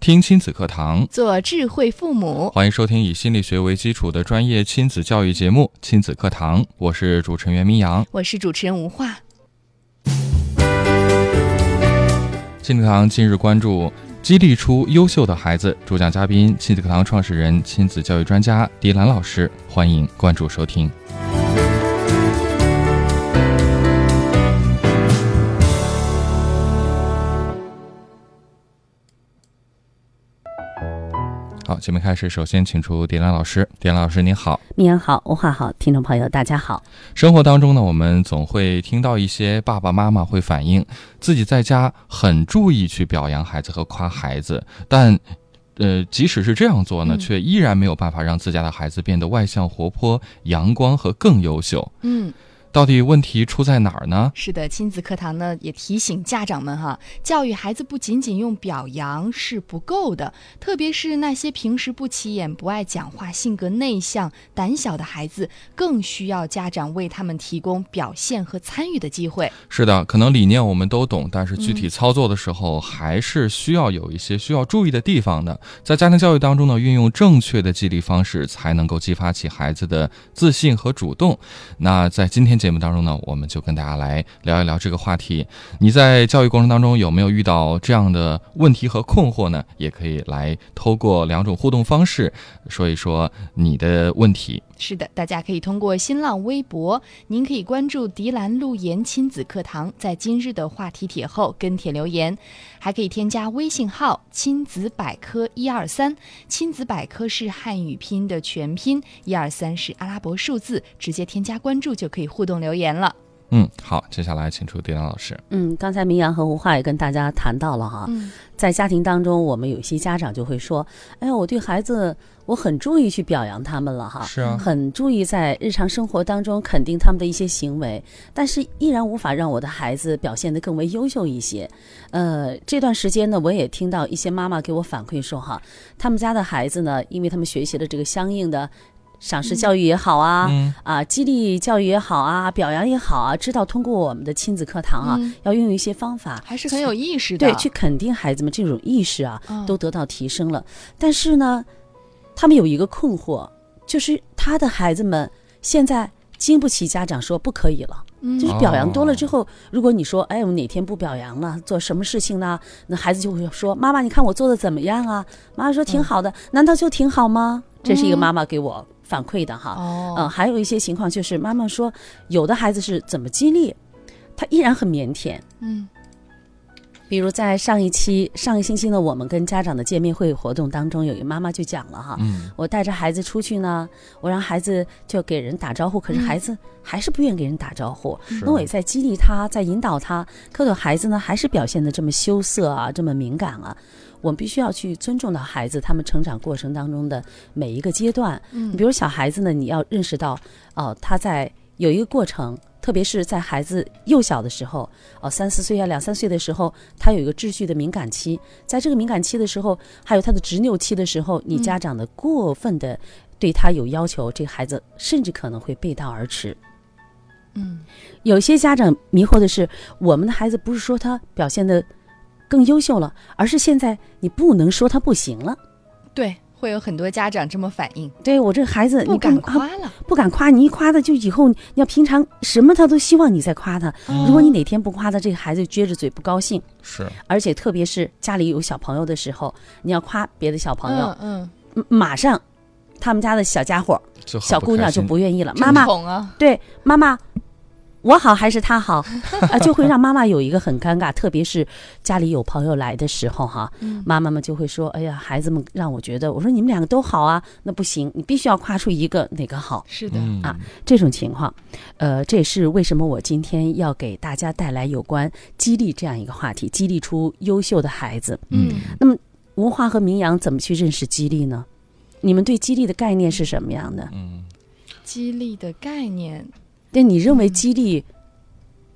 听亲子课堂，做智慧父母。欢迎收听以心理学为基础的专业亲子教育节目《亲子课堂》，我是主持人袁明阳。我是主持人吴化。亲子课堂近日关注激励出优秀的孩子，主讲嘉宾亲子课堂创始人、亲子教育专家迪兰老师，欢迎关注收听。好，节目开始，首先请出迪兰老师。迪兰老师您好，明阳好，文化好，听众朋友大家好。生活当中呢，我们总会听到一些爸爸妈妈会反映自己在家很注意去表扬孩子和夸孩子，但。呃，即使是这样做呢，嗯却依然没有办法让自家的孩子变得外向、活泼、阳光和更优秀。嗯，到底问题出在哪儿呢？是的，亲子课堂呢也提醒家长们哈，教育孩子不仅仅用表扬是不够的，特别是那些平时不起眼、不爱讲话、性格内向、胆小的孩子，更需要家长为他们提供表现和参与的机会。是的，可能理念我们都懂，但是具嗯体操作的时候，还是需要有一些需要注意的地方的。在家庭教育当中呢，运用正确的激励方式，才能够激发起孩子的自信和主动。那在今天节目当中呢，我们就跟大家来聊一聊这个话题。你在教育过程当中有没有遇到这样的问题和困惑呢？也可以来通过两种互动方式说一说你的问题。是的，大家可以通过新浪微博，您可以关注“迪兰路言亲子课堂”，在今日的话题帖后跟帖留言，还可以添加微信号“亲子百科一二三”，亲子百科是汉语拼音的全拼，一二三是阿拉伯数字，直接添加关注就可以互动留言了。嗯，好，接下来请出迪兰老师。嗯，刚才明阳和吴化也跟大家谈到了哈，嗯在家庭当中，我们有些家长就会说，哎呀，我对孩子我很注意去表扬他们了哈，是啊，很注意在日常生活当中肯定他们的一些行为，但是依然无法让我的孩子表现得更为优秀一些。呃，这段时间呢，我也听到一些妈妈给我反馈说哈，他们家的孩子呢，因为他们学习了这个相应的赏识教育也好啊，嗯，啊，激励教育也好啊，表扬也好啊，知道通过我们的亲子课堂啊，嗯要运用一些方法，还是很有意识的。对，去肯定孩子们这种意识啊，嗯都得到提升了。但是呢，他们有一个困惑，就是他的孩子们现在经不起家长说不可以了。就嗯是表扬多了之后，如果你说，哎，我哪天不表扬了，做什么事情呢？那孩子就会说，妈妈，你看我做的怎么样啊？妈妈说挺好的，难道就挺好吗？这是一个嗯妈妈给我反馈的哈。嗯，哦，还有一些情况就是妈妈说，有的孩子是怎么激励，他依然很腼腆。嗯比如在上一期、上个星期呢，我们跟家长的见面会活动当中，有一个妈妈就讲了哈，嗯，我带着孩子出去呢，我让孩子就给人打招呼，可是嗯孩子还是不愿意给人打招呼。是那我也在激励他，在引导他，可有孩子呢，还是表现的这么羞涩啊，这么敏感啊。我们必须要去尊重到孩子他们成长过程当中的每一个阶段，嗯，比如小孩子呢，你要认识到，哦、他在有一个过程，特别是在孩子幼小的时候，哦、三四岁啊，两三岁的时候，他有一个秩序的敏感期，在这个敏感期的时候，还有他的执拗期的时候，你嗯家长的过分的对他有要求，这个孩子甚至可能会背道而驰。嗯有些家长迷惑的是，我们的孩子不是说他表现的更优秀了，而是现在你不能说他不行了。对，会有很多家长这么反应，对我这个孩子，不你敢啊夸了。不敢夸你，一夸他就以后你要平常什么他都希望你在夸他。嗯如果你哪天不夸他，这个孩子撅着嘴不高兴。是而且特别是家里有小朋友的时候，你要夸别的小朋友，嗯嗯马上他们家的小家伙、就很小不姑开娘就心不愿意了。嗯，妈妈真，宠啊，对妈妈。我好还是他好， 啊、就会让妈妈有一个很尴尬，特别是家里有朋友来的时候哈，嗯妈妈们就会说：“哎呀，孩子们让我觉得，我说你们两个都好啊，那不行，你必须要夸出一个哪个好。”是的，嗯啊这种情况，呃，这也是为什么我今天要给大家带来有关激励这样一个话题，激励出优秀的孩子。嗯嗯，吴华和明阳怎么去认识激励呢？你们对激励的概念是什么样的？嗯，激励的概念那你认为激励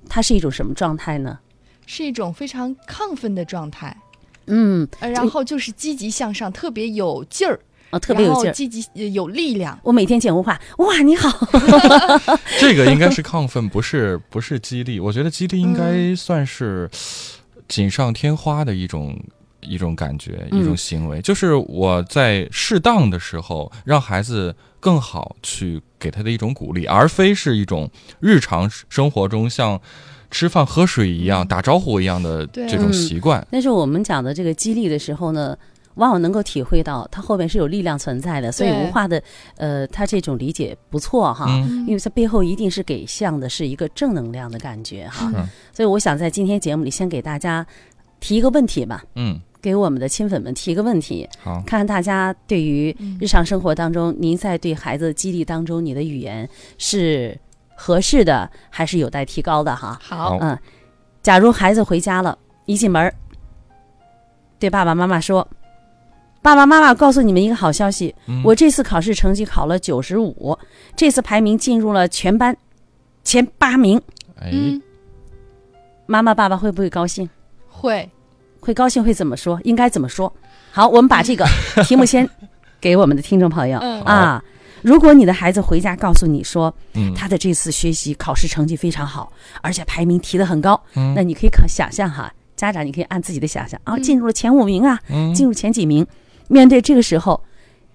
它是一种什么状态呢？是一种非常亢奋的状态，嗯，呃然后就是积极向上，特别有劲儿，哦，特别有然后劲儿。积极呃有力量。我每天见吴华，哇，你好，这个应该是亢奋，不是不是激励。我觉得激励应该算是锦上添花的一种。一种感觉，嗯一种行为，就是我在适当的时候让孩子更好去给他的一种鼓励，而非是一种日常生活中像吃饭喝水一样、打招呼一样的对这种习惯。但是我们讲的这个激励的时候呢，往往能够体会到它后面是有力量存在的，所以对吴化的呃，他这种理解不错哈。嗯因为它背后一定是给向的是一个正能量的感觉嗯哈，是所以我想在今天节目里先给大家提一个问题吧，嗯，给我们的亲粉们提一个问题，好，看看大家对于嗯日常生活当中，您在对孩子的激励当中，你的语言是合适的，还是有待提高的哈？好好，嗯，假如孩子回家了，一进门儿，对爸爸妈妈说：“爸爸妈妈，告诉你们一个好消息，嗯我这次考试成绩考了九十五，这次排名进入了全班前八名。哎，嗯，妈妈、爸爸会不会高兴？会，会高兴会怎么说？应该怎么说？好，我们把这 个题目先给我们的听众朋友嗯，啊。如果你的孩子回家告诉你说嗯，他的这次学习考试成绩非常好，而且排名提得很高，嗯那你可以考想象哈，家长你可以按自己的想象啊，嗯进入了前五名啊，嗯进入前几名。面对这个时候，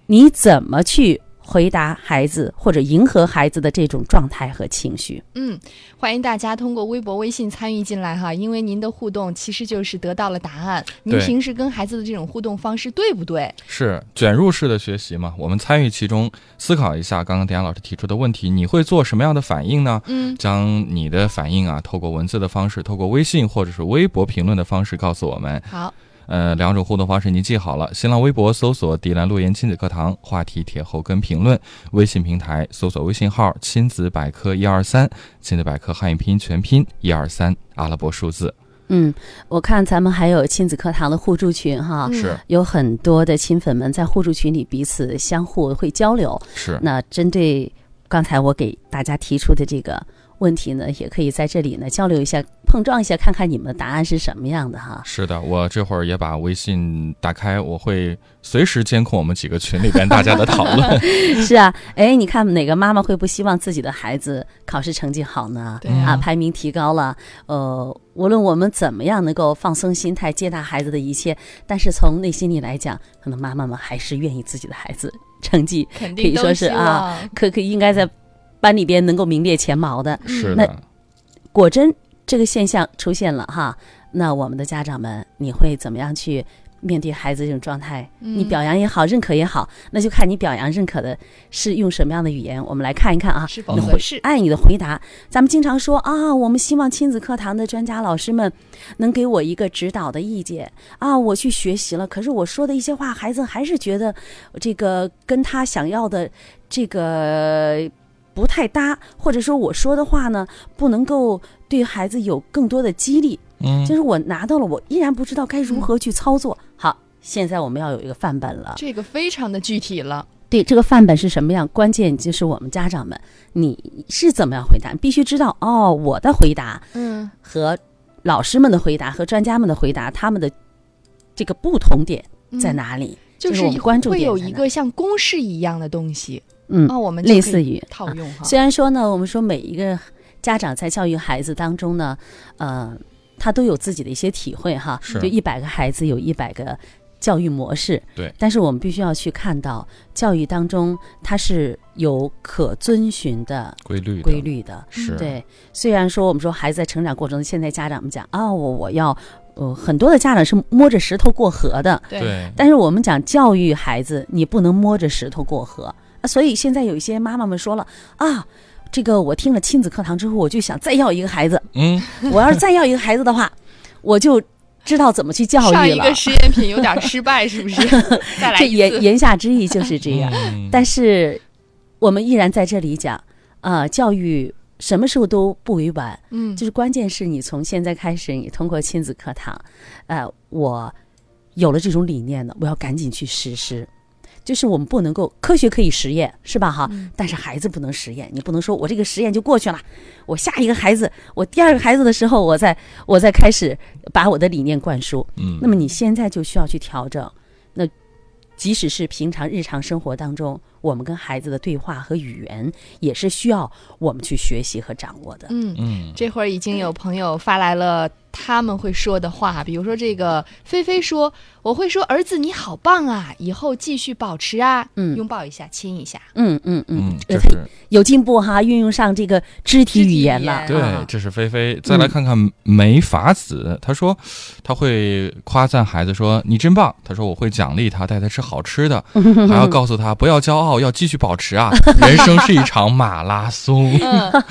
你怎么去回答孩子或者迎合孩子的这种状态和情绪？嗯，欢迎大家通过微博、微信参与进来哈，因为您的互动其实就是得到了答案。您对平时跟孩子的这种互动方式对不对？是卷入式的学习嘛？我们参与其中，思考一下刚刚迪安老师提出的问题，你会做什么样的反应呢？嗯，将你的反应啊，透过文字的方式，透过微信或者是微博评论的方式告诉我们。好，呃，两种互动方式您记好了：新浪微博搜索“迪兰路言亲子课堂”，话题帖后跟评论；微信平台搜索微信号“亲子百科一二三”，亲子百科汉语拼音全拼一二三阿拉伯数字。嗯，我看咱们还有亲子课堂的互助群哈。嗯是有很多的亲粉们在互助群里彼此相互会交流。是，那针对刚才我给大家提出的这个问题呢，也可以在这里呢交流一下、碰撞一下，看看你们的答案是什么样的哈。是的，我这会儿也把微信打开，我会随时监控我们几个群里边大家的讨论。是啊，哎，你看哪个妈妈会不希望自己的孩子考试成绩好呢？对啊啊，排名提高了，呃，无论我们怎么样能够放松心态，接纳孩子的一切，但是从内心里来讲，可能妈妈们还是愿意自己的孩子成绩肯可定以都说是希啊望，嗯可可应该在班里边能够名列前茅的。是那的，果真这个现象出现了哈，那我们的家长们，你会怎么样去面对孩子这种状态？你嗯表扬也好，认可也好，那就看你表扬认可的是用什么样的语言。我们来看一看啊，是否你的合回适按你的回答，咱们经常说啊，我们希望亲子课堂的专家老师们能给我一个指导的意见啊。我去学习了，可是我说的一些话，孩子还是觉得这个跟他想要的这个不太搭，或者说我说的话呢，不能够对孩子有更多的激励。嗯就是我拿到了，我依然不知道该如何去操作。好，现在我们要有一个范本了。这个非常的具体了。对这个范本是什么样，关键就是我们家长们，你是怎么样回答，你必须知道哦。我的回答嗯，和老师们的回答和专家们的回答，他们的这个不同点在？哪里？嗯就就是是我们关注会点有在一哪个像公式一样的东西，嗯，哦那我们就类可以似于套啊用哈。虽然说呢，我们说每一个家长在教育孩子当中呢，呃，他都有自己的一些体会哈。是就一百个孩子有一百个教育模式。对。但是我们必须要去看到，教育当中它是有可遵循的规律的规律的。是，对，虽然说我们说孩子在成长过程中，现在家长们讲啊，我我要，呃，很多的家长是摸着石头过河的，对，但是我们讲教育孩子，你不能摸着石头过河啊。所以现在有一些妈妈们说了啊，这个我听了亲子课堂之后，我就想再要一个孩子。 嗯，我要是再要一个孩子的话，我就知道怎么去教上育一了个。实验品有点失败，是 不是？再来这一次言。言下之意就是这样。嗯但是我们依然在这里讲，啊，教育什么时候都不为晚。嗯就是关键是你从现在开始，你通过亲子课堂，呃，我有了这种理念呢，我要赶紧去实施。就是我们不能够科学可以实验，是吧？哈、但是孩子不能实验，你不能说我这个实验就过去了，我下一个孩子，我第二个孩子的时候，我再我再开始把我的理念灌输。嗯那么你现在就需要去调整。那即使是平常日常生活当中，我们跟孩子的对话和语言，也是需要我们去学习和掌握的。嗯，嗯这会儿已经有朋友发来了他们会说的话，比如说这个菲菲说：“我会说儿子你好棒啊，以后继续保持啊，嗯拥抱一下，亲 一下。嗯嗯嗯，嗯，这呃是有进步哈，运用上这个肢体语言了。肢体语啊对，这是菲菲。再来看看梅法子，她说她会夸赞孩子说你真棒，她说我会奖励他，带他吃好 吃的，还要告诉他不要骄傲，要继续保持啊，人生是一场马拉松。嗯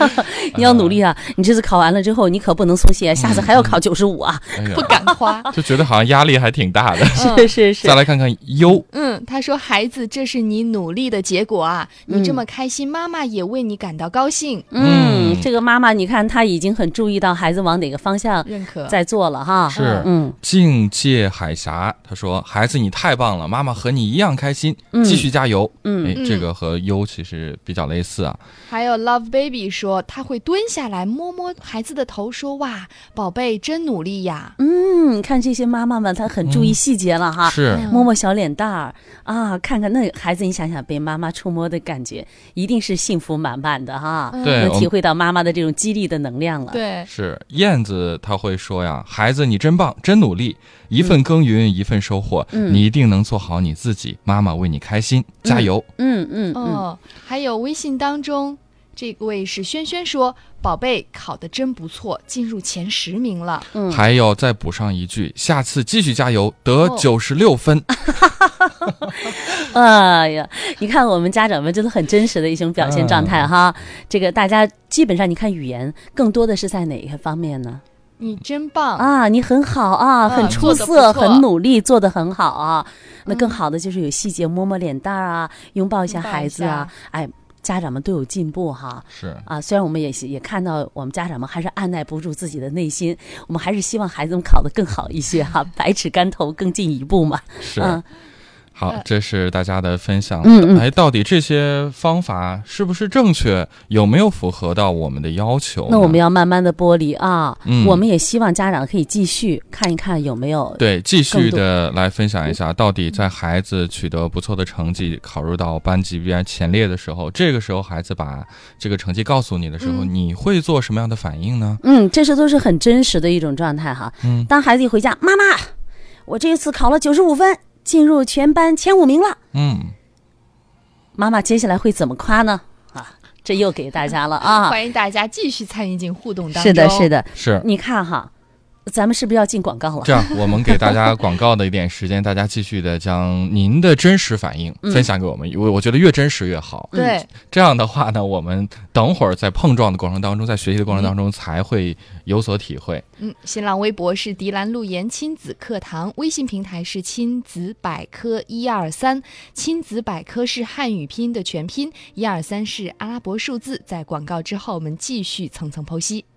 你要努力啊！你这次考完了之后，你可不能松懈，嗯下次还要考九十五啊！哎呀不敢夸。就觉得好像压力还挺大的。 是是是再，来看看优，嗯，他说：“孩子，这是你努力的结果啊！你这么开心，妈妈也为你感到高兴，嗯嗯，这个妈妈你看她已经很注意到孩子往哪个方向认可。”在做了哈。是哎嗯，境界海峡，他说：“孩子，你太棒了，妈妈和你一样开心，嗯继续加油。”嗯哎，嗯这个和优其实比较类似啊。还有 Love Baby 说，他会蹲下来摸摸孩子的头，说：“哇，宝贝，真努力呀。嗯，看这些妈妈们，她很注意细节了哈。是，嗯摸摸小脸蛋儿啊，看看那孩子，你想想被妈妈触摸的感觉，一定是幸福满满的哈，嗯对，能我体们会到妈妈的这种激励的能量了。对，是燕子，他会说呀：“孩子，你真棒，真努力，一份耕耘一份收获，嗯你一定能做好你自己，妈妈为你开心，加油。嗯嗯嗯，哦，还有微信当中，这位是轩轩说：“宝贝，考得真不错，进入前十名了。嗯还有再补上一句：“下次继续加油，得哦九十六分。啊哎呀，你看我们家长们真的很真实的一种表现状嗯态哈。这个大家基本上，你看语言更多的是在哪一个方面呢？你真棒！”啊，你很好啊，嗯很出做得色，不错嗯很努力，做得很好啊。那更好的就是有细节，摸摸脸蛋儿啊，拥抱一下拥抱一孩子啊，哎，家长们都有进步哈。是，啊，虽然我们也是也看到我们家长们还是按耐不住自己的内心，我们还是希望孩子们考得更好一些哈、 百尺竿头更进一步嘛。是，嗯好呃，这是大家的分享。嗯嗯哎，到底这些方法是不是正确？有没有符合到我们的要求呢？那我们要慢慢的剥离啊，嗯我们也希望家长可以继续看一看有没有对继续的来分享一下，到底在孩子取得不错的成绩，考入到班级边前列的时候，这个时候孩子把这个成绩告诉你的时候，嗯你会做什么样的反应呢？嗯，这是都是很真实的一种状态哈。嗯当孩子一回家，妈妈，我这次考了九十五分，进入全班前五名了。嗯，妈妈接下来会怎么夸呢？啊，这又给大家了 啊。欢迎大家继续参与进互动当中。是的，是的。的，是。你看哈，咱们是不是要进广告了？这样，我们给大家广告的一点时间，大家继续的将您的真实反应嗯分享给我们。我、我觉得越真实越好。对，这样的话呢，我们等会儿在碰撞的过程当中，在学习的过程当中才会有所体会。嗯，新浪微博是迪兰路言亲子课堂，微信平台是亲子百科一二三，亲子百科是汉语拼音的全拼，一二三是阿拉伯数字。在广告之后，我们继续层层剖析。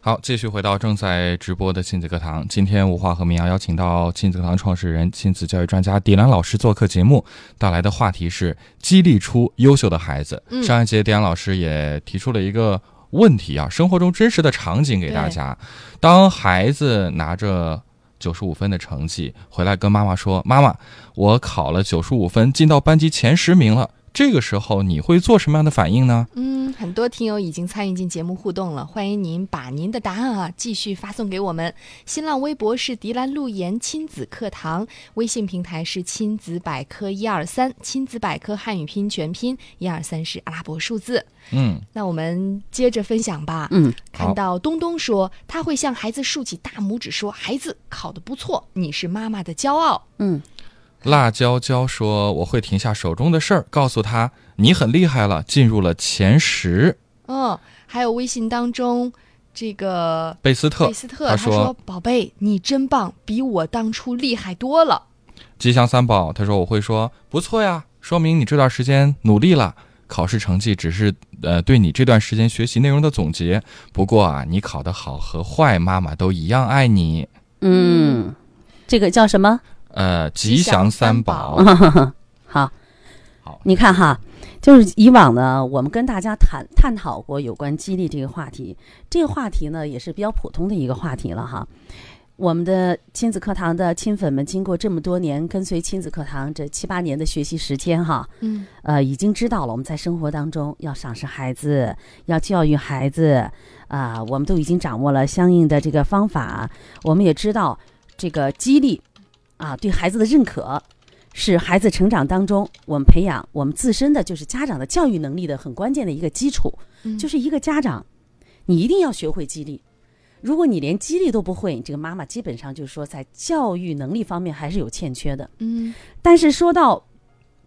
好，继续回到正在直播的亲子课堂。今天吴华和明阳邀请到亲子课堂创始人、亲子教育专家迪兰老师做客节目，带来的话题是激励出优秀的孩子。嗯上一节迪兰老师也提出了一个问题啊，生活中真实的场景给大家：当孩子拿着。九十五分的成绩回来跟妈妈说：“妈妈，我考了九十五分，进到班级前十名了。”这个时候你会做什么样的反应呢？嗯，很多听友已经参与进节目互动了，欢迎您把您的答案啊继续发送给我们。新浪微博是迪兰路言亲子课堂，微信平台是亲子百科一二三，亲子百科汉语拼音全拼一二三是阿拉伯数字。嗯，那我们接着分享吧。嗯，好看到东东说他会向孩子竖起大拇指说，孩子考得不错，你是妈妈的骄傲。嗯，辣椒椒说：“我会停下手中的事儿，告诉他你很厉害了，进入了前十。嗯，还有微信当中这个贝斯特贝斯特，他他说说：“宝贝，你真棒，比我当初厉害多了。吉祥三宝，他说我会说不错呀，说明你这段时间努力了。考试成绩只是呃对你这段时间学习内容的总结，不过啊，你考得好和坏，妈妈都一样爱你。嗯，这个叫什么？呃，吉祥三宝， 好，好你看哈，就是以往呢，我们跟大家探探讨过有关激励这个话题，这个话题呢也是比较普通的一个话题了哈。我们的亲子课堂的亲粉们，经过这么多年跟随亲子课堂这七八年的学习时间哈，”嗯，呃，已经知道了我们在生活当中要赏识孩子，要教育孩子，啊、我们都已经掌握了相应的这个方法，我们也知道这个激励，啊，对孩子的认可。是孩子成长当中，我们培养我们自身的就是家长的教育能力的很关键的一个基础。嗯就是一个家长，你一定要学会激励。如果你连激励都不会，你这个妈妈基本上就是说在教育能力方面还是有欠缺的。嗯但是说到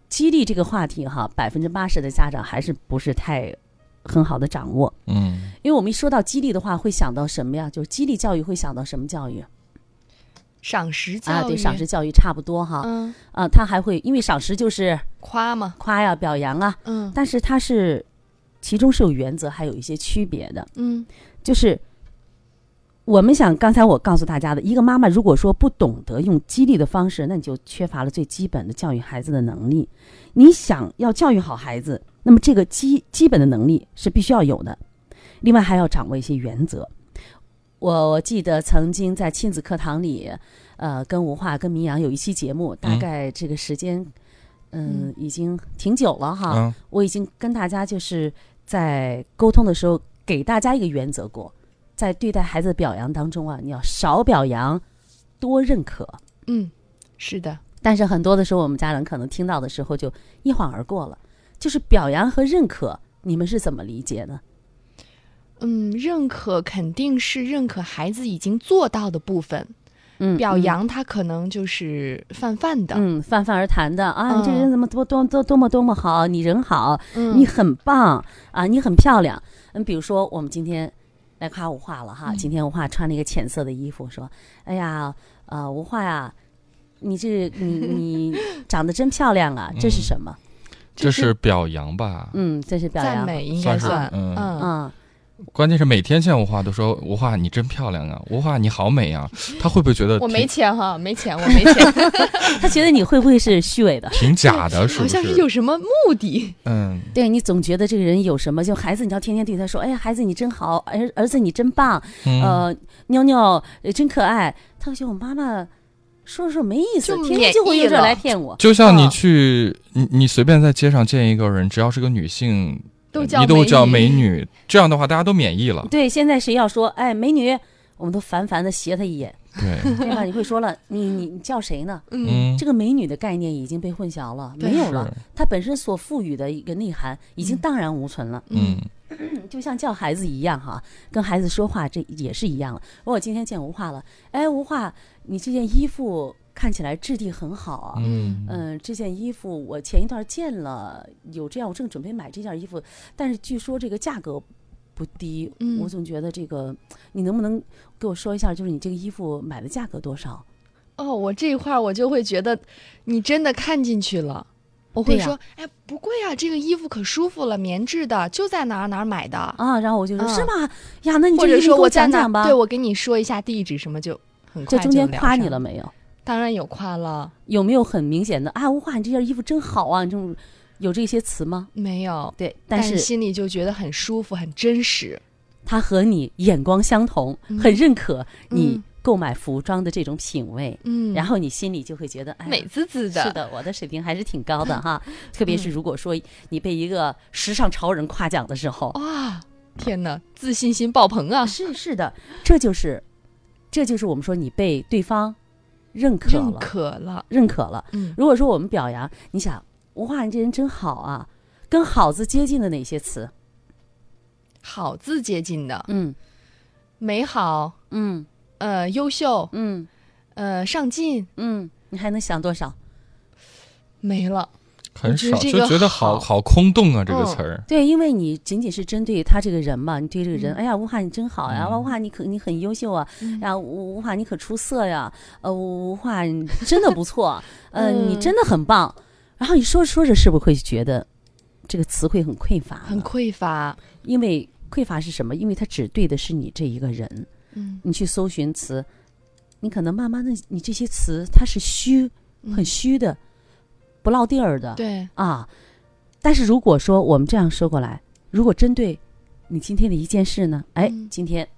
激励这个话题哈，百分之八十的家长还是不是太很好的掌握，嗯，因为我们一说到激励的话，会想到什么呀？就是激励教育会想到什么教育赏识教育啊？对，赏识教育差不多哈。嗯，啊，他还会因为赏识就是夸嘛，夸呀、表扬啊，嗯但是它是其中是有原则，还有一些区别的。嗯就是我们想，刚才我告诉大家的，一个妈妈如果说不懂得用激励的方式，那你就缺乏了最基本的教育孩子的能力。你想要教育好孩子，那么这个基基本的能力是必须要有的，另外还要掌握一些原则。我记得曾经在亲子课堂里，呃，跟吴化、跟明阳有一期节目，大嗯概这个时间，嗯嗯，已经挺久了哈。嗯我已经跟大家就是在沟通的时候给大家一个原则过，在对待孩子的表扬当中啊，你要少表扬，多认可。嗯，是的，但是很多的时候，我们家长可能听到的时候就一晃而过了，就是表扬和认可，你们是怎么理解呢？嗯，认可肯定是认可孩子已经做到的部分，嗯表。扬他可能就是泛泛的。嗯，泛泛而谈的啊，嗯你这个人怎么多多多多么多么好，你人好，嗯你很棒啊，你很漂亮。嗯，比如说我们今天来夸吴化了哈，今天吴化穿了一个浅色的衣服，说：“哎呀，呃，吴化呀，你这你你长得真漂亮啊！”这是什么？这是表扬吧？嗯，这是表赞扬。美应该算是嗯嗯嗯，关键是每天见吴化都说吴化你真漂亮啊，吴化你好美啊，他会不会觉得我没挺钱哈，没钱， 我没钱，他觉得你会不会是虚伪的？挺假 的？是好不像是有什么目的。嗯，对你总觉得这个人有什么？就孩子，你要天天对他说：“哎呀，孩子你真好，儿儿子你真棒，嗯呃，妞妞呃真可爱。”他会觉得我妈妈说着说着没意思就，天天免就会疫用这了来骗我。就像你嗯去，你你随便在街上见一个人，只要是个女性，都呃叫你都美叫女美女，这样的话大家都免疫了。对，现在谁要说哎美女，我们都烦烦的斜他一眼，对，对吧？你会说了，你你你叫谁呢？嗯，这个美女的概念已经被混淆了，对没有是了，它本身所赋予的一个内涵已经荡然无存了。嗯，就像叫孩子一样哈，跟孩子说话这也是一样了。我今天见吴化了，哎，吴化，你这件衣服看起来质地很好啊。嗯嗯，这件衣服我前一段见了，有这样，我正准备买这件衣服，但是据说这个价格不低，嗯我总觉得这个，你能不能给我说一下，就是你这个衣服买的价格多少？哦，我这一块儿我就会觉得你真的看进去了。我会对呀说，哎，不贵啊，这个衣服可舒服了，棉质的，就在哪儿哪儿买的，啊，然后我就说、嗯是吗？呀，那你或这个衣服者说给我在讲哪讲儿，吧。对我给你说一下地址什么就很这快中间聊夸你上了，没有？当然有夸了，有没有很明显的啊？吴化，你这件衣服真好啊！你这种有这些词吗？没有，对，但但是心里就觉得很舒服，很真实。他和你眼光相同，嗯很认可你嗯购买服装的这种品味，嗯，然后你心里就会觉得，哎呀，美滋滋是的，我的水平还是挺高 的哈。特别嗯是如果说你被一个时尚潮人夸奖的时候，哇，天哪，自信心爆棚 啊！是是的，这就是，这就是我们说你被对方认可认了，可了，认可了。嗯如果说我们表扬，你想吴化你这人真好啊，跟好字接近的哪些词？好字接近的，嗯美好，嗯呃，优秀，嗯呃，上进，嗯，你还能想多少？没了。很觉少，得这个就觉得好好好空洞啊，这个嗯词儿。对，因为你仅仅是针对他这个人嘛，你对这个人，嗯哎呀，吴华你真好呀，哇，吴华你可你很优秀啊，嗯呀，吴吴华你可出色呀，呃，吴吴华你真的不 错，呃，你嗯真的很棒。然后你说着说着，是不是会觉得这个词汇很匮乏？很，匮乏。因为匮乏是什么？因为它只对的是你这一个人。嗯，你去搜寻词，你可能慢慢的，你这些词它是虚，很虚的，不落地儿的。嗯对，啊。但是如果说我们这样说过来，如果针对你今天的一件事呢，哎，嗯今天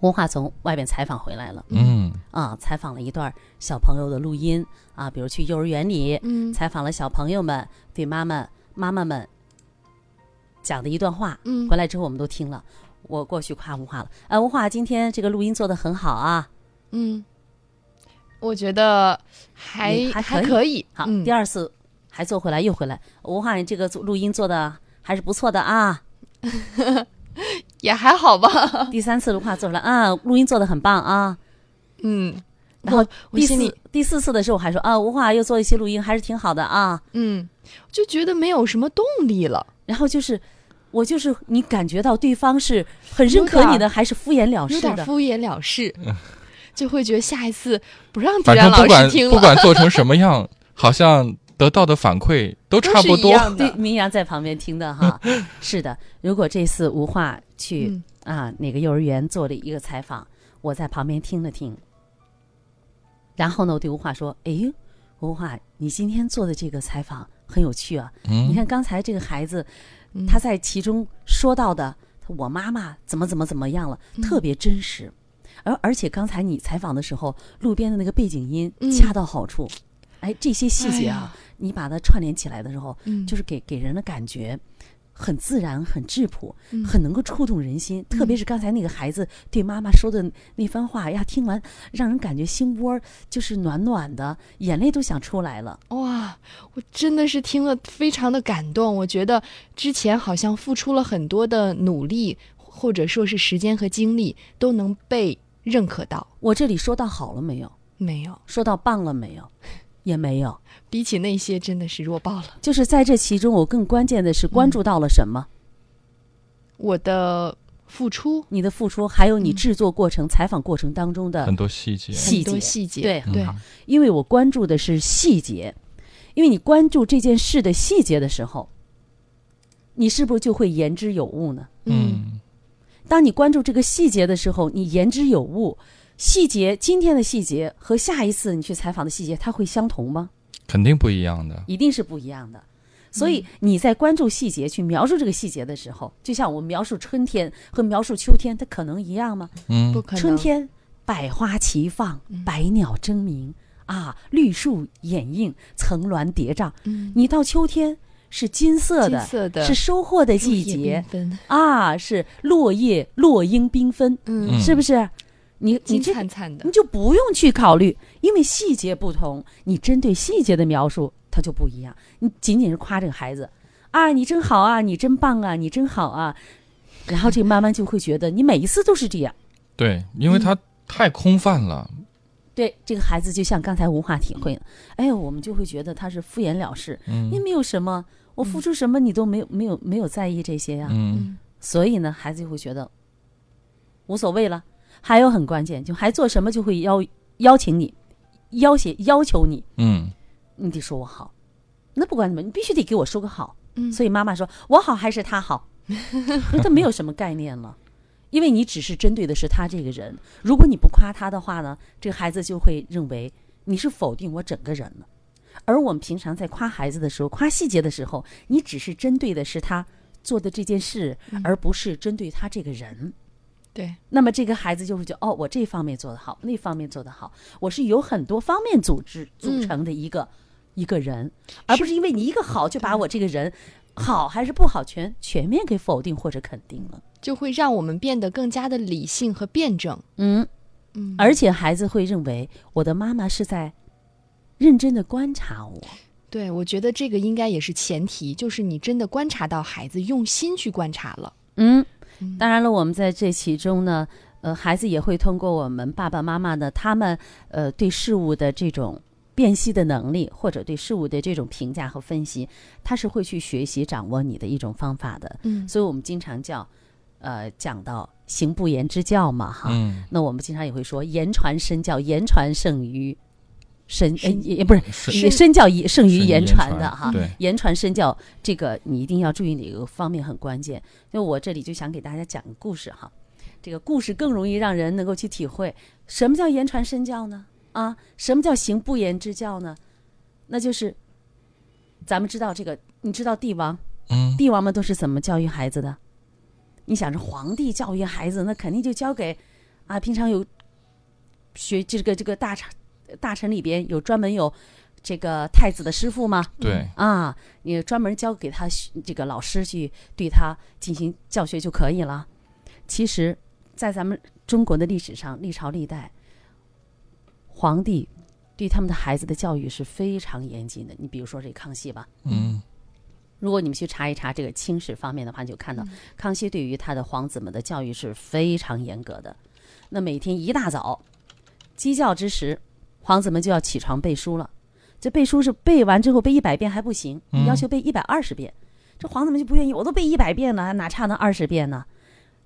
文化从外边采访回来了嗯啊，采访了一段小朋友的录音啊，比如去幼儿园里嗯采访了小朋友们对妈妈妈妈们讲的一段话，嗯回来之后我们都听了。我过去夸文化了，哎，文化今天这个录音做的很好啊，嗯，我觉得还也还可以可以。好，嗯第二次还做回来又回来，文化你这个做录音做的还是不错的啊，也还好吧。第三次的话做出来啊，录音做的很棒啊。 嗯，然然后后第心里四第四次的时候我还说啊，吴华又做一些录音，还是挺好的啊。嗯，就觉得没有什么动力了。然后就是我就是你感觉到对方是很认可你有点的，还哦是敷衍了有事点的？嗯敷衍了事， 就会觉得下一次不让迪反然正老不管师听不了，管做成什么样，好像得到的反馈都都差是不一多。样对， 的。明阳在旁边听的 哈。是的，如果这次吴华去、嗯啊哪个幼儿园做了一个采访，我在旁边听了听。然后呢，我对吴华说：“哎，吴华，你今天做的这个采访很有趣啊！你嗯看刚才这个孩子嗯他在其中说到的，我妈妈怎么怎么怎么样了，嗯特别真实。而而且刚才你采访的时候，路边的那个背景音嗯恰到好处，哎，这些细节啊，你把它串联起来的时候，嗯就是给给人的感觉。很自然，很质朴，嗯很能够触动人心。特别是刚才那个孩子对妈妈说的那番话呀，听完让人感觉心窝儿就是暖暖的，眼泪都想出来了。哇，我真的是听了非常的感动。我觉得之前好像付出了很多的努力，或者说是时间和精力，都能被认可到。我这里说到好了没有？没有，说到棒了没有？也没有，比起那些真的是弱爆了。就是在这其中，我更关键的是嗯关注到了什么？我的付出你的付出，还有你嗯制作过程、采访过程当中的很，多细节，细很节多细节，对对嗯，因为我关注的是细节，因为你关注这件事的细节的时候，你是不是就会言之有物呢？嗯当你关注这个细节的时候，你言之有物，细节今天的细节和下一次你去采访的细节，它会相同吗？肯定不一样的。一定是不一样的。所以你在关注细节、去描述这个细节的时候，就像我们描述春天和描述秋天，它可能一样吗？嗯不可能。嗯春天百花齐放，百鸟争鸣啊，绿树掩映，层峦叠嶂。嗯，你到秋天是金色金的，色的是收获的落季叶节缤纷，啊，是落叶落英缤纷，嗯，是不是？你你金这个灿灿的你，就不用去考虑，因为细节不同，你针对细节的描述它就不一样。你仅仅是夸这个孩子啊，你真好啊，你真棒啊，你真好啊，然后这慢慢就会觉得你每一次都是这样。对，因为它嗯太空泛了。对这个孩子，就像刚才无话体会了，哎，我们就会觉得他是敷衍了事，嗯也没有什么，我付出什么你都没有没有没有在意这些呀、嗯，所以呢，孩子就会觉得无所谓了。还有很关键，就还做什么就会邀邀请你，要挟要求你，嗯，你得说我好。那不管怎么，你必须得给我说个好。嗯所以妈妈说我好还是他好， 因为他没有什么概念了，因为你只是针对的是他这个人。如果你不夸他的话呢，这个孩子就会认为你是否定我整个人了。而我们平常在夸孩子的时候，夸细节的时候，你只是针对的是他做的这件事，而不是针对他这个人。对，那么这个孩子就会觉得，哦，我这方面做得好，那方面做得好，我是有很多方面组织组嗯成的一个、一个人，而不是因为你一个好就把我这个人好还是不好全全面给否定或者肯定了。就会让我们变得更加的理性和辩证。嗯，嗯，而且孩子会认为我的妈妈是在认真的观察我。对，我觉得这个应该也是前提，就是你真的观察到孩子，用心去观察了。嗯嗯，当然了，我们在这其中呢，呃，孩子也会通过我们爸爸妈妈的他们呃对事物的这种辨析的能力，或者对事物的这种评价和分析，他是会去学习掌握你的一种方法的。嗯所以我们经常叫，呃，讲到行不言之教嘛，哈。嗯，那我们经常也会说言传身教，言传胜于身，呃，身也也不是是也身教也胜于是言传的哈。对，言传身教这个你一定要注意哪个方面很关键。就我这里就想给大家讲个故事哈，这个故事更容易让人能够去体会什么叫言传身教呢？啊，什么叫行不言之教呢？那就是咱们知道这个，你知道帝王嗯，帝王们都是怎么教育孩子的？你想着皇帝教育孩子，那肯定就交给啊，平常有学这个这个大臣大臣里边有专门有这个太子的师傅吗？对，啊，你专门交给他学这个老师去对他进行教学就可以了。其实，在咱们中国的历史上，历朝历代皇帝对他们的孩子的教育是非常严谨的。你比如说这康熙吧，嗯，如果你们去查一查这个清史方面的话，你就看到康熙对于他的皇子们的教育是非常严格的。那每天一大早，鸡叫之时，皇子们就要起床背书了。这背书是背完之后背一百遍还不行，嗯要求背一百二十遍。这皇子们就不愿意，我都背一百遍了，还哪差那二十遍呢？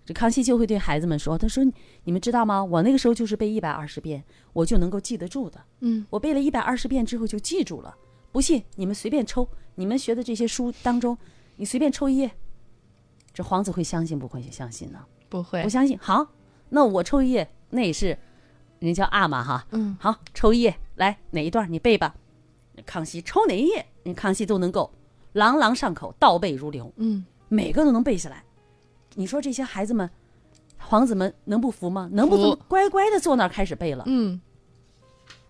这康熙就会对孩子们说：“他说你们知道吗？我那个时候就是背一百二十遍，我就能够记得住的。嗯我背了一百二十遍之后就记住了。不信你们随便抽，你们学的这些书当中，你随便抽一页，这皇子会相信不会相信呢？不会不，相信。好，那我抽一页，那也是人叫阿玛哈。嗯好，抽一页，来哪一段你背吧。康熙抽哪一页，人康熙都能够朗朗上口，倒背如流，嗯，每个都能背下来。你说这些孩子们，皇子们能不服吗？能不服服？乖乖的坐那儿开始背了。嗯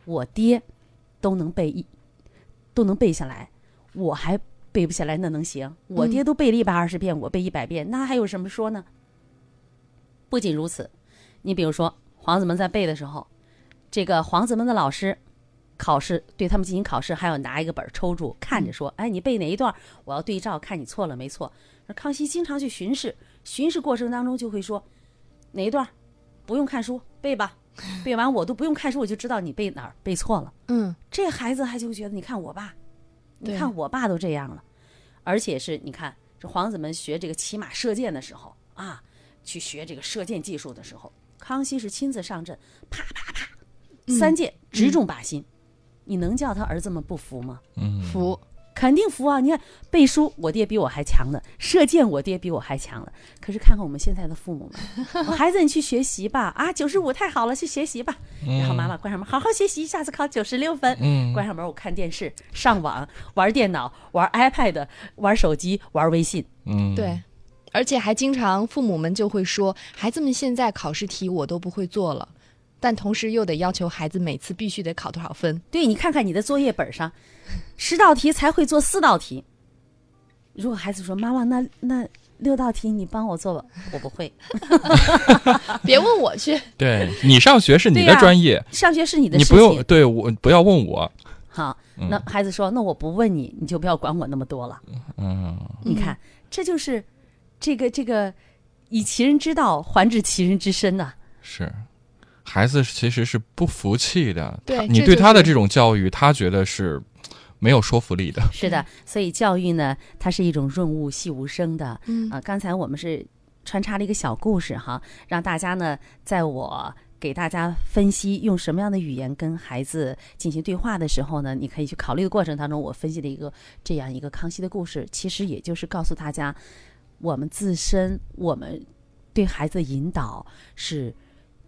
我爹都能背一，都能背下来，我还背不下来，那能行？我爹都背了一百二十遍，我背一百遍，那还有什么说呢？不仅如此，你比如说皇子们在背的时候，这个皇子们的老师考试对他们进行考试，还要拿一个本儿抽住，看着说：“哎，你背哪一段儿？我要对照，看你错了没错。”而康熙经常去巡视，巡视过程当中就会说：“哪一段儿不用看书背吧，背完我都不用看书，我就知道你背哪儿背错了。”嗯，这孩子还就觉得，你看我爸，对你看我爸都这样了，而且是你看这皇子们学这个骑马射箭的时候啊，去学这个射箭技术的时候，康熙是亲自上阵，啪啪啪，三箭直中靶心，你能叫他儿子们不服吗？嗯，服，肯定服啊！你看背书，我爹比我还强呢；射箭，我爹比我还强了。可是看看我们现在的父母们，我孩子你去学习吧，啊，九十五太好了，去学习吧。然后妈妈关上门，好好学习，下次考九十六分。嗯，关上门，我看电视、上网、玩电脑、玩 iPad、玩手机、玩微信。嗯，对。而且还经常，父母们就会说，孩子们现在考试题我都不会做了，但同时又得要求孩子每次必须得考多少分。对你看看你的作业本上，十道题才会做四道题。如果孩子说：“妈妈，那那六道题你帮我做吧。”我不会。 别问我去，对，你上学是你对的呀专业，上学是你的你事不用情。对我不要问我，好，嗯那孩子说：“那我不问你，你就不要管我那么多了。嗯，你看，这就是这个这个以其人之道还治其人之身呐、是。孩子其实是不服气的，对他你这对就他的是这种教育，他觉得是没有说服力的。是的，所以教育呢，它是一种润物细无声的。嗯啊，刚才我们是穿插了一个小故事哈，让大家呢，在我给大家分析用什么样的语言跟孩子进行对话的时候呢，你可以去考虑的过程当中，我分析了一个这样一个康熙的故事，其实也就是告诉大家，我们自身我们对孩子的引导是。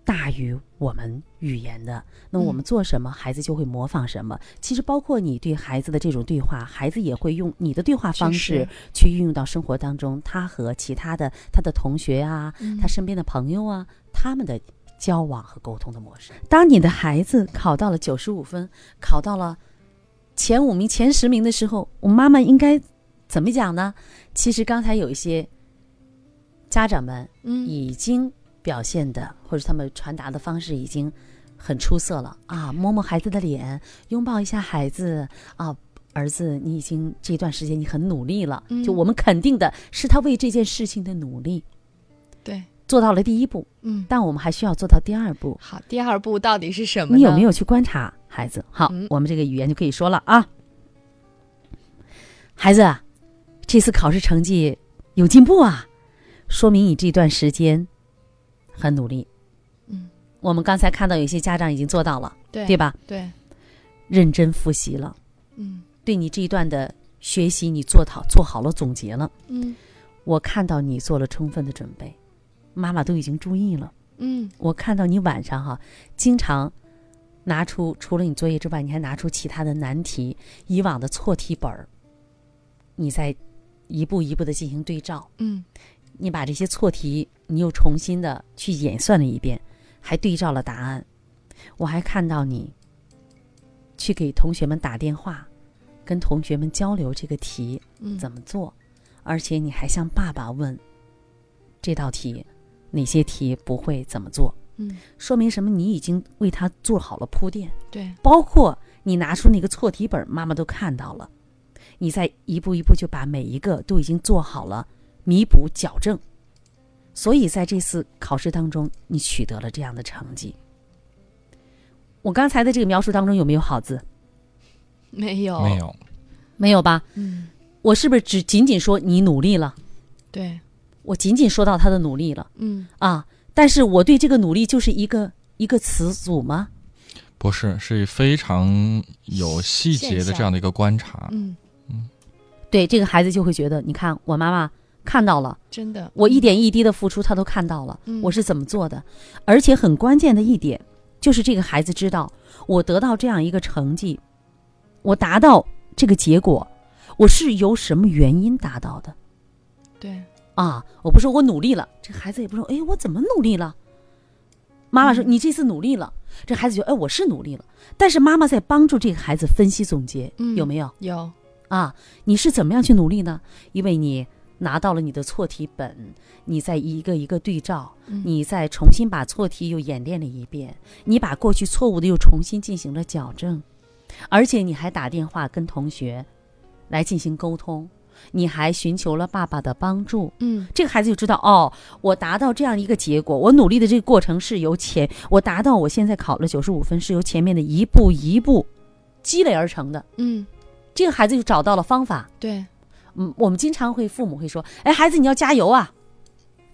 大于我们语言的，那么我们做什么，孩子就会模仿什么。其实包括你对孩子的这种对话，孩子也会用你的对话方确式实去运用到生活当中，他和其他的他的同学啊，嗯他身边的朋友啊，他们的交往和沟通的模式。当你的孩子考到了九十五分，考到了前五名、前十名的时候，我妈妈应该怎么讲呢？其实刚才有一些家长们嗯，已经表现的，或者他们传达的方式已经很出色了啊，摸摸孩子的脸，拥抱一下孩子啊。儿子，你已经这段时间你很努力了，就嗯我们肯定的是他为这件事情的努力对，做到了第一步，嗯，但我们还需要做到第二步。好，第二步到底是什么呢？你有没有去观察孩子。好，嗯我们这个语言就可以说了啊。孩子啊，这次考试成绩有进步啊，说明你这段时间很努力。嗯，我们刚才看到有些家长已经做到了，对对吧？对，认真复习了，嗯对你这一段的学习，你做好做好了总结了。嗯我看到你做了充分的准备，妈妈都已经注意了。嗯我看到你晚上哈、经常拿出除了你作业之外，你还拿出其他的难题、以往的错题本儿，你再一步一步的进行对照。嗯你把这些错题，你又重新的去演算了一遍，还对照了答案。我还看到你去给同学们打电话，跟同学们交流这个题嗯，怎么做，而且你还向爸爸问这道题哪些题不会怎么做。嗯说明什么？你已经为他做好了铺垫，对，包括你拿出那个错题本，妈妈都看到了。你再一步一步就把每一个都已经做好了弥补矫正，所以在这次考试当中，你取得了这样的成绩。我刚才的这个描述当中有没有好字？没有没，有，没有吧？嗯我是不是只仅仅说你努力了？对，我仅仅说到他的努力了嗯啊？但是我对这个努力就是一个一个词组吗？不是，是非常有细节现的象这样的一个观察。嗯，对这个孩子就会觉得，你看我妈妈看到了，真的，我一点一滴的付出，她都看到了，嗯我是怎么做的。而且很关键的一点就是，这个孩子知道我得到这样一个成绩，我达到这个结果，我是由什么原因达到的嗯对，啊？我不是我努力了，这孩子也不说，哎，我怎么努力了？妈妈说、嗯你这次努力了，这孩子觉得哎我是努力了，但是妈妈在帮助这个孩子分析总结，嗯有没有？有，啊，你是怎么样去努力呢？因为你拿到了你的错题本，你再一个一个对照，嗯你再重新把错题又演练了一遍，你把过去错误的又重新进行了矫正，而且你还打电话跟同学来进行沟通，你还寻求了爸爸的帮助。嗯这个孩子就知道哦，我达到这样一个结果，我努力的这个过程是由前我达到我现在考了九十五分，是由前面的一步一步积累而成的。嗯这个孩子就找到了方法。对，嗯，我们经常会父母会说：“哎，孩子，你要加油啊！”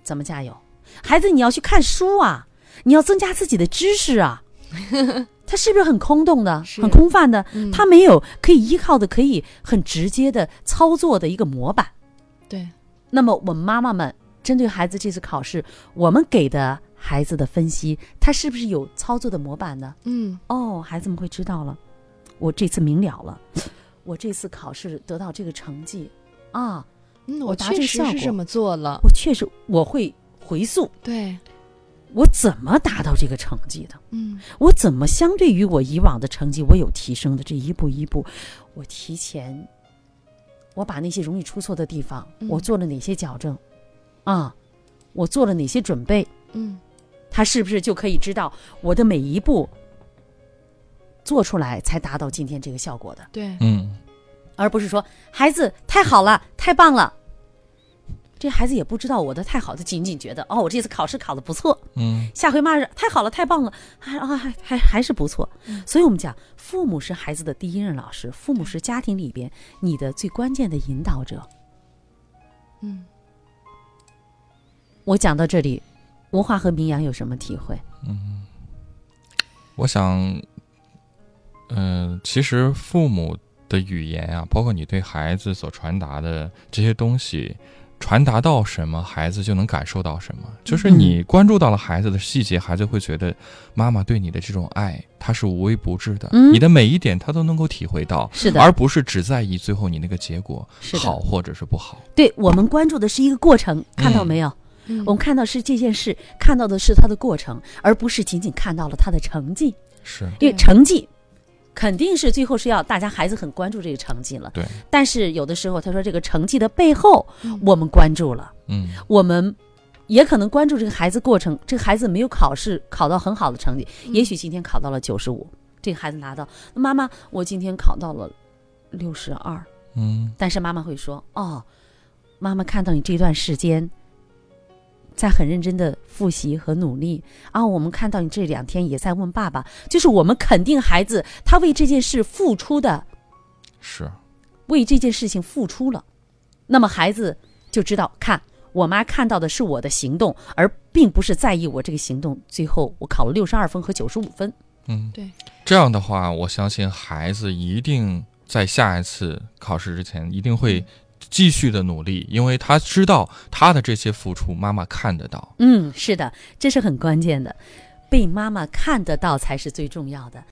怎么加油？孩子，你要去看书啊，你要增加自己的知识 啊。他是不是很空洞的、是很空泛的？嗯他没有可以依靠的、可以很直接的操作的一个模板。对，那么，我们妈妈们针对孩子这次考试，我们给的孩子的分析，他是不是有操作的模板呢？嗯哦，孩子们会知道了，我这次明了了，我这次考试得到这个成绩啊，嗯，我达确这实效是这果么做了，我确实我会回溯，对，我怎么达到这个成绩的？嗯我怎么相对于我以往的成绩，我有提升的这一步一步，我提前，我把那些容易出错的地方，嗯我做了哪些矫正，啊，我做了哪些准备，嗯他是不是就可以知道我的每一步做出来才达到今天这个效果的？对，嗯，而不是说孩子太好了，太棒了。这孩子也不知道我的太好，他仅仅觉得哦，我这次考试考得不错，嗯，下回骂人太好了，太棒了，还啊还还还是不错。所以我们讲，父母是孩子的第一任老师，父母是家庭里边你的最关键的引导者。嗯我讲到这里，文化和名扬有什么体会？我想，嗯、其实父母的语言啊，包括你对孩子所传达的这些东西。传达到什么，孩子就能感受到什么。嗯就是你关注到了孩子的细节，孩子会觉得妈妈对你的这种爱，他是无微不至的，嗯你的每一点他都能够体会到，是而不是只在意最后你那个结果是的好或者是不好。对我们关注的是一个过程，看到没有？嗯我们看到是这件事，看到的是它的过程，而不是仅仅看到了它的成绩。是因为对成绩肯定是最后是要大家孩子很关注这个成绩了。对，但是有的时候他说这个成绩的背后嗯，我们关注了，嗯，我们也可能关注这个孩子过程。这个孩子没有考试考到很好的成绩，也许今天考到了九十五，这个孩子拿到妈妈，我今天考到了六十二，嗯但是妈妈会说哦，妈妈看到你这段时间在很认真的复习和努力啊。我们看到你这两天也在问爸爸，就是我们肯定孩子他为这件事付出的，是，为这件事情付出了，那么孩子就知道，看我妈看到的是我的行动，而并不是在意我这个行动。最后我考了六十二分和九十五分，嗯，对。这样的话，我相信孩子一定在下一次考试之前一定会继续的努力，因为他知道他的这些付出，妈妈看得到。嗯，是的，这是很关键的，被妈妈看得到才是最重要的。